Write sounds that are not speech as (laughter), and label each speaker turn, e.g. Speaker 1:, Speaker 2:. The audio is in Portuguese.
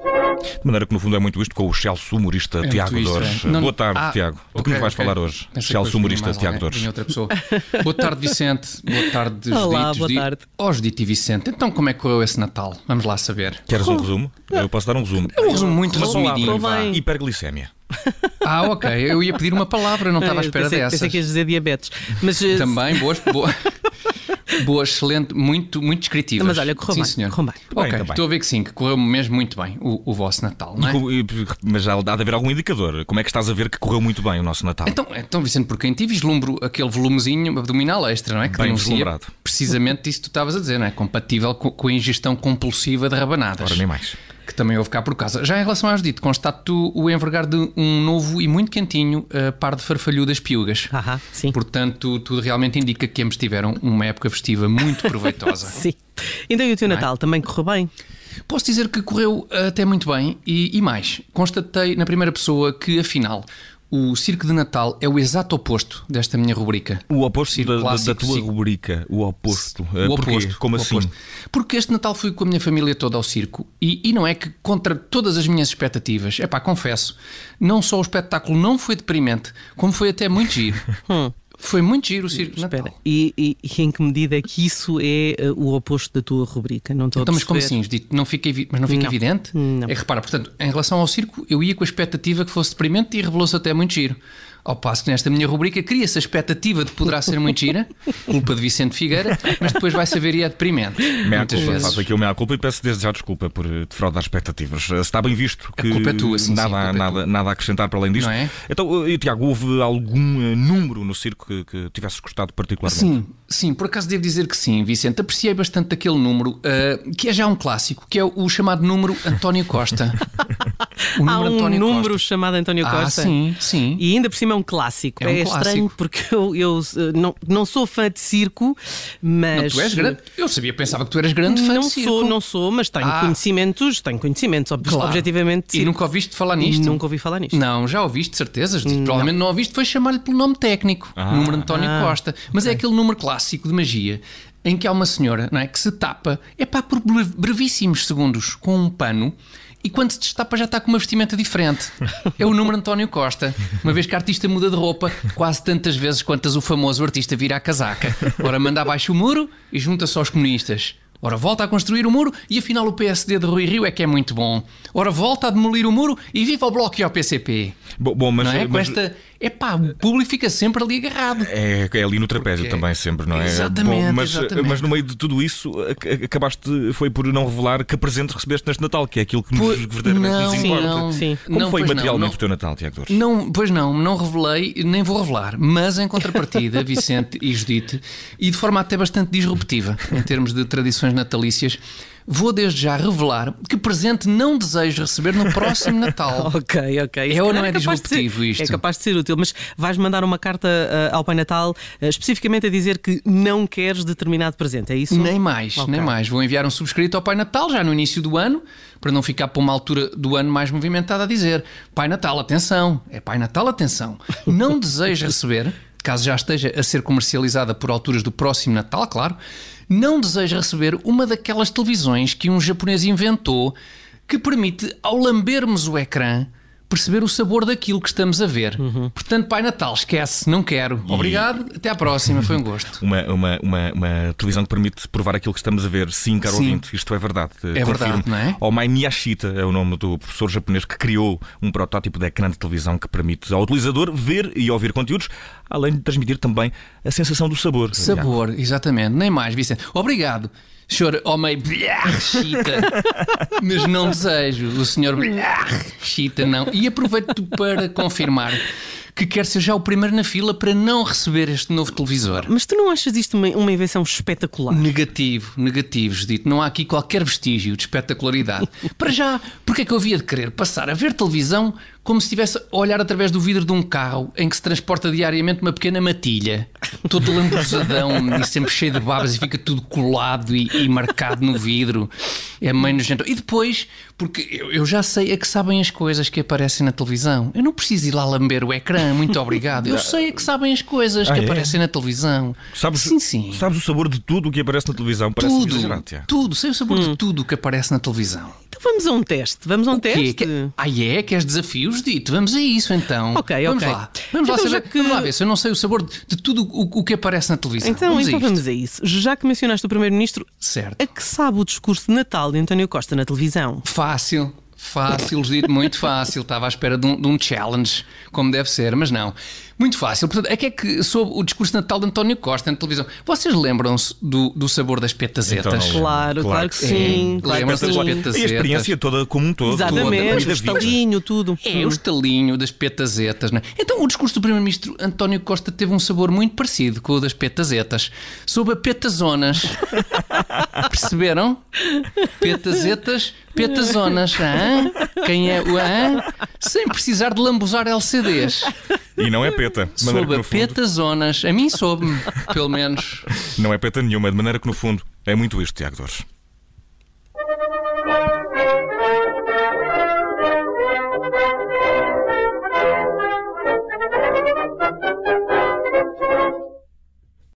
Speaker 1: De maneira que, no fundo, é muito isto com o Celso humorista
Speaker 2: muito
Speaker 1: Tiago
Speaker 2: isto,
Speaker 1: Dores.
Speaker 2: é. Não-
Speaker 1: Boa tarde,
Speaker 2: Ah,
Speaker 1: Tiago. Do que
Speaker 2: ok,
Speaker 1: nos vais
Speaker 2: ok.
Speaker 1: falar hoje?
Speaker 2: Pensei que
Speaker 1: Celso
Speaker 2: hoje vinha
Speaker 1: humorista
Speaker 2: mais
Speaker 1: Tiago
Speaker 2: alguém,
Speaker 1: Dores.
Speaker 2: vinha outra pessoa. (laughs) Boa tarde, Vicente. Boa tarde, Judite.
Speaker 3: Olá, boa
Speaker 2: Judite.
Speaker 3: tarde.
Speaker 2: Ó, Judite e Vicente, então como é que correu esse Natal? Vamos lá saber.
Speaker 1: Queres um resumo? Eu posso dar um resumo.
Speaker 2: É um resumo muito
Speaker 3: Vamos lá,
Speaker 2: resumidinho.
Speaker 3: vamos lá.
Speaker 2: vá.
Speaker 3: Convém.
Speaker 1: Hiperglicémia.
Speaker 2: Ah, ok. Eu ia pedir uma palavra, não estava à
Speaker 3: Ah, Eu
Speaker 2: espera
Speaker 3: pensei,
Speaker 2: dessas.
Speaker 3: Pensei que ias dizer diabetes. Mas, eh, (laughs)
Speaker 2: Também, boas, boa, boa, excelente, muito, muito descritivas.
Speaker 3: Mas olha, correu
Speaker 2: sim,
Speaker 3: bem,
Speaker 2: senhor.
Speaker 3: correu bem.
Speaker 1: Bem,
Speaker 2: Ok,
Speaker 1: tá bem.
Speaker 2: estou a ver que sim, que correu mesmo muito bem o, o vosso Natal, não é?
Speaker 1: Co- e- Mas já há de haver algum indicador. Como é que estás a ver que correu muito bem o nosso Natal?
Speaker 2: Então, então, Vicente, por quem te vislumbro aquele volumezinho abdominal extra, não é? Que
Speaker 1: Bem
Speaker 2: denuncia
Speaker 1: vislumbrado.
Speaker 2: precisamente isso que tu estavas a dizer, não é? Compatível co- com, a ingestão compulsiva de rabanadas.
Speaker 1: Ora, nem mais.
Speaker 2: Que também houve cá por casa. Já em relação à Judite, constato o envergar de um novo e muito quentinho eh, par de farfalhudas piugas.
Speaker 3: Ahá, sim.
Speaker 2: Portanto, tudo realmente indica que ambos tiveram uma época festiva
Speaker 3: (laughs)
Speaker 2: muito proveitosa.
Speaker 3: Sim. Então e o teu
Speaker 2: é?
Speaker 3: Natal também correu bem?
Speaker 2: Posso dizer que correu até muito bem e, e mais. Constatei na primeira pessoa que, afinal, o Circo de Natal é o exato oposto desta minha rubrica.
Speaker 1: O oposto da, da- da
Speaker 2: clássico,
Speaker 1: tua
Speaker 2: sim.
Speaker 1: rubrica. O oposto.
Speaker 2: O
Speaker 1: Eh, Porquê?
Speaker 2: oposto.
Speaker 1: Como
Speaker 2: o
Speaker 1: assim?
Speaker 2: oposto. Porque este Natal fui com a minha família toda ao circo e, e não é que contra todas as minhas expectativas, é pá, confesso, não só o espetáculo não foi deprimente, como foi até muito
Speaker 3: (laughs)
Speaker 2: giro. foi muito giro o circo de Natal.
Speaker 3: Hum. Espera. E, e- e em que medida é que isso é eh, o oposto da tua rubrica? Não estou a
Speaker 2: Então, mas como
Speaker 3: perceber.
Speaker 2: assim, Judite? Não fica, evi- mas não fica
Speaker 3: Não.
Speaker 2: evidente?
Speaker 3: Não.
Speaker 2: É que repara, portanto, em relação ao circo, eu ia com a expectativa que fosse deprimente e revelou-se até muito giro. Ao passo que nesta minha rubrica cria-se a expectativa de que poderá ser muito
Speaker 3: (laughs)
Speaker 2: gira, culpa de Vicente Figueira, mas depois vai saber e é deprimente.
Speaker 1: Meia
Speaker 2: muitas
Speaker 1: culpa,
Speaker 2: vezes.
Speaker 1: faço aqui o meia culpa e peço desde já desculpa por eh, defraudar expectativas. Eh, Está bem visto que
Speaker 2: culpa é tua, sim, sim,
Speaker 1: nada,
Speaker 2: a culpa é
Speaker 1: nada,
Speaker 2: tua.
Speaker 1: nada a acrescentar para além disto.
Speaker 2: Não é?
Speaker 1: Então, eh, Tiago, houve algum eh, número no circo que, que tivesse gostado particularmente?
Speaker 2: Sim, sim, por acaso devo dizer que sim, Vicente. Apreciei bastante aquele número, ah, que é já um clássico, que é o chamado número António
Speaker 3: (laughs)
Speaker 2: Costa. O
Speaker 3: Há um
Speaker 2: António
Speaker 3: número
Speaker 2: Costa.
Speaker 3: chamado António
Speaker 2: Ah,
Speaker 3: Costa.
Speaker 2: sim, sim.
Speaker 3: E ainda por cima é um clássico.
Speaker 2: É um
Speaker 3: estranho
Speaker 2: clássico.
Speaker 3: porque (laughs) eu, eu, eh, não, não sou fã de circo, mas.
Speaker 2: Não, tu és grande. Eu sabia, pensava que tu eras grande fã
Speaker 3: Não
Speaker 2: de circo.
Speaker 3: sou, não sou, mas tenho
Speaker 2: Ah.
Speaker 3: conhecimentos, tenho conhecimentos, ob-
Speaker 2: Claro.
Speaker 3: objetivamente. de
Speaker 2: E
Speaker 3: circo.
Speaker 2: nunca ouviste falar nisto?
Speaker 3: Nunca ouvi falar nisto.
Speaker 2: Não, já ouviste, certezas? Provavelmente não ouviste, foi chamar-lhe pelo nome
Speaker 3: Ah.
Speaker 2: técnico, número António Costa. Mas é aquele número clássico de magia em que há uma senhora não é, que se tapa, é pá, por brev- brevíssimos segundos, com um pano. E quando se destapa já está com uma vestimenta diferente. É o número António Costa. Uma vez que a artista muda de roupa quase tantas vezes quantas o famoso artista vira a casaca. Ora manda abaixo o muro e junta-se aos comunistas. Ora, volta a construir o muro e afinal o PSD de Rui Rio é que é muito bom. Ora, volta a demolir o muro e viva o Bloco e ao PCP.
Speaker 1: Bom, bom, mas, eh,
Speaker 2: Não é? Com
Speaker 1: mas-
Speaker 2: esta. É pá, o público fica sempre ali agarrado.
Speaker 1: É, é ali no trapézio
Speaker 2: Porque-
Speaker 1: também, sempre, não é?
Speaker 2: Exatamente,
Speaker 1: Bom, mas,
Speaker 2: exatamente.
Speaker 1: mas no meio de tudo isso, a- a- acabaste, foi por não revelar que presente recebeste neste Natal, que é aquilo que nos
Speaker 2: Pois-
Speaker 1: verdadeiramente
Speaker 2: não,
Speaker 1: nos
Speaker 2: sim,
Speaker 1: importa.
Speaker 2: não.
Speaker 3: Sim.
Speaker 1: Como
Speaker 2: Não,
Speaker 1: foi
Speaker 2: pois não,
Speaker 1: materialmente
Speaker 2: não.
Speaker 1: o teu Natal, Tiago Dores?
Speaker 2: Não, pois não, não revelei, nem vou revelar, mas em contrapartida, Vicente e Judite, e de forma até bastante disruptiva em termos de tradições natalícias, vou desde já revelar que presente não desejo receber no próximo Natal.
Speaker 3: (laughs) Ok, ok. Se
Speaker 2: ou
Speaker 3: calhar
Speaker 2: não é
Speaker 3: capaz de ser-
Speaker 2: disruptivo isto?
Speaker 3: É capaz de ser útil, mas vais mandar uma carta ah, ao Pai Natal ah, especificamente a dizer que não queres determinado presente, é isso?
Speaker 2: Nem mais,
Speaker 3: Ok.
Speaker 2: nem mais. Vou enviar um subscrito ao Pai Natal já no início do ano, para não ficar para uma altura do ano mais movimentada a dizer: Pai Natal, atenção, é Pai Natal,
Speaker 3: (laughs)
Speaker 2: atenção. Não deseja receber, caso já esteja a ser comercializada por alturas do próximo Natal, claro, não deseja receber uma daquelas televisões que um japonês inventou que permite, ao lambermos o ecrã, perceber o sabor daquilo que estamos a ver.
Speaker 3: Uhum.
Speaker 2: Portanto, Pai Natal, esquece, não quero. Obrigado, até à próxima, foi um gosto.
Speaker 1: Uma, uma, uma, uma televisão que permite provar aquilo que estamos a ver. Sim, caro
Speaker 2: Sim.
Speaker 1: ouvinte, isto é verdade.
Speaker 2: É verdade, não é?
Speaker 1: Omai Miyashita é o nome do professor japonês que criou um protótipo de ecrã de televisão que permite ao utilizador ver e ouvir conteúdos, além de transmitir também a sensação do sabor.
Speaker 2: Sabor, exatamente. Nem mais, Vicente. Obrigado, senhor homem chita. Mas não desejo o senhor chita, não. E aproveito para confirmar que quer ser já o primeiro na fila para não receber este novo televisor.
Speaker 3: Mas tu não achas isto uma, uma invenção espetacular?
Speaker 2: Hum. Negativo, negativo, Judito. Não há aqui qualquer vestígio de espetacularidade. (laughs) Para já, porque é que eu havia de querer passar a ver televisão como se estivesse a olhar através do vidro de um carro em que se transporta diariamente uma pequena matilha, todo lambuzação (laughs) e sempre cheio de babas e fica tudo colado e, e marcado no vidro. É meio nojento. E depois, porque eu, eu já sei é que sabem as coisas que aparecem na televisão. Eu não preciso ir lá lamber o ecrã, muito obrigado. Eu sei é que sabem as coisas
Speaker 1: Ah,
Speaker 2: que
Speaker 1: é?
Speaker 2: aparecem na televisão.
Speaker 1: Sabes,
Speaker 2: sim, sim
Speaker 1: sabes o sabor de tudo o que é aparece na televisão? Parece
Speaker 2: tudo,
Speaker 1: exagerado, Tiago.
Speaker 2: tudo, sei o sabor de tudo o que aparece na televisão.
Speaker 3: Então, vamos a um teste. Vamos a Hum. um
Speaker 2: O quê?
Speaker 3: teste.
Speaker 2: Que- Ah, é? Queres desafios, Dito? Vamos a isso então.
Speaker 3: Ok,
Speaker 2: vamos
Speaker 3: ok.
Speaker 2: Lá. Vamos, lá
Speaker 3: Então, já
Speaker 2: saber,
Speaker 3: que-
Speaker 2: vamos lá ver se eu não sei o sabor de, de tudo o, o que aparece na televisão.
Speaker 3: Então,
Speaker 2: vamos
Speaker 3: então
Speaker 2: a isto.
Speaker 3: vamos a isso. Já que mencionaste o Primeiro-Ministro,
Speaker 2: Certo.
Speaker 3: a que sabe o discurso de Natal de António Costa na televisão?
Speaker 2: Fácil. Fácil, Dito, muito fácil. Estava à espera de um, de um challenge, como deve ser, mas não. Muito fácil. Portanto, é que é que soube o discurso de Natal de António Costa na televisão. Vocês lembram-se do, do sabor das
Speaker 1: Então
Speaker 2: petazetas?
Speaker 1: não lembro.
Speaker 3: Claro,
Speaker 1: Claro
Speaker 3: claro,
Speaker 1: que
Speaker 3: que sim.
Speaker 2: sim.
Speaker 3: Claro que
Speaker 2: Lembra-se das
Speaker 3: sim.
Speaker 2: patetas.
Speaker 1: E a experiência toda como um todo.
Speaker 2: Toda,
Speaker 3: Exatamente,
Speaker 2: mas
Speaker 1: Toda,
Speaker 3: o
Speaker 1: toda a vida.
Speaker 3: estalinho, tudo.
Speaker 1: Hum.
Speaker 2: É, o estalinho das petazetas, né? Então, o discurso do Primeiro-Ministro António Costa teve um sabor muito parecido com o das petazetas. Sob
Speaker 1: (laughs)
Speaker 2: a petazonas. Perceberam? Petazetas, petazonas. Hã? Quem é o hã? Sem precisar de lambuzar LCDs.
Speaker 1: E não é peta. De maneira
Speaker 2: Sob
Speaker 1: que,
Speaker 2: a
Speaker 1: no fundo,
Speaker 2: petazonas. A mim soube-me, pelo menos.
Speaker 1: não é peta nenhuma, de maneira que no fundo é muito isto, Tiago Dores.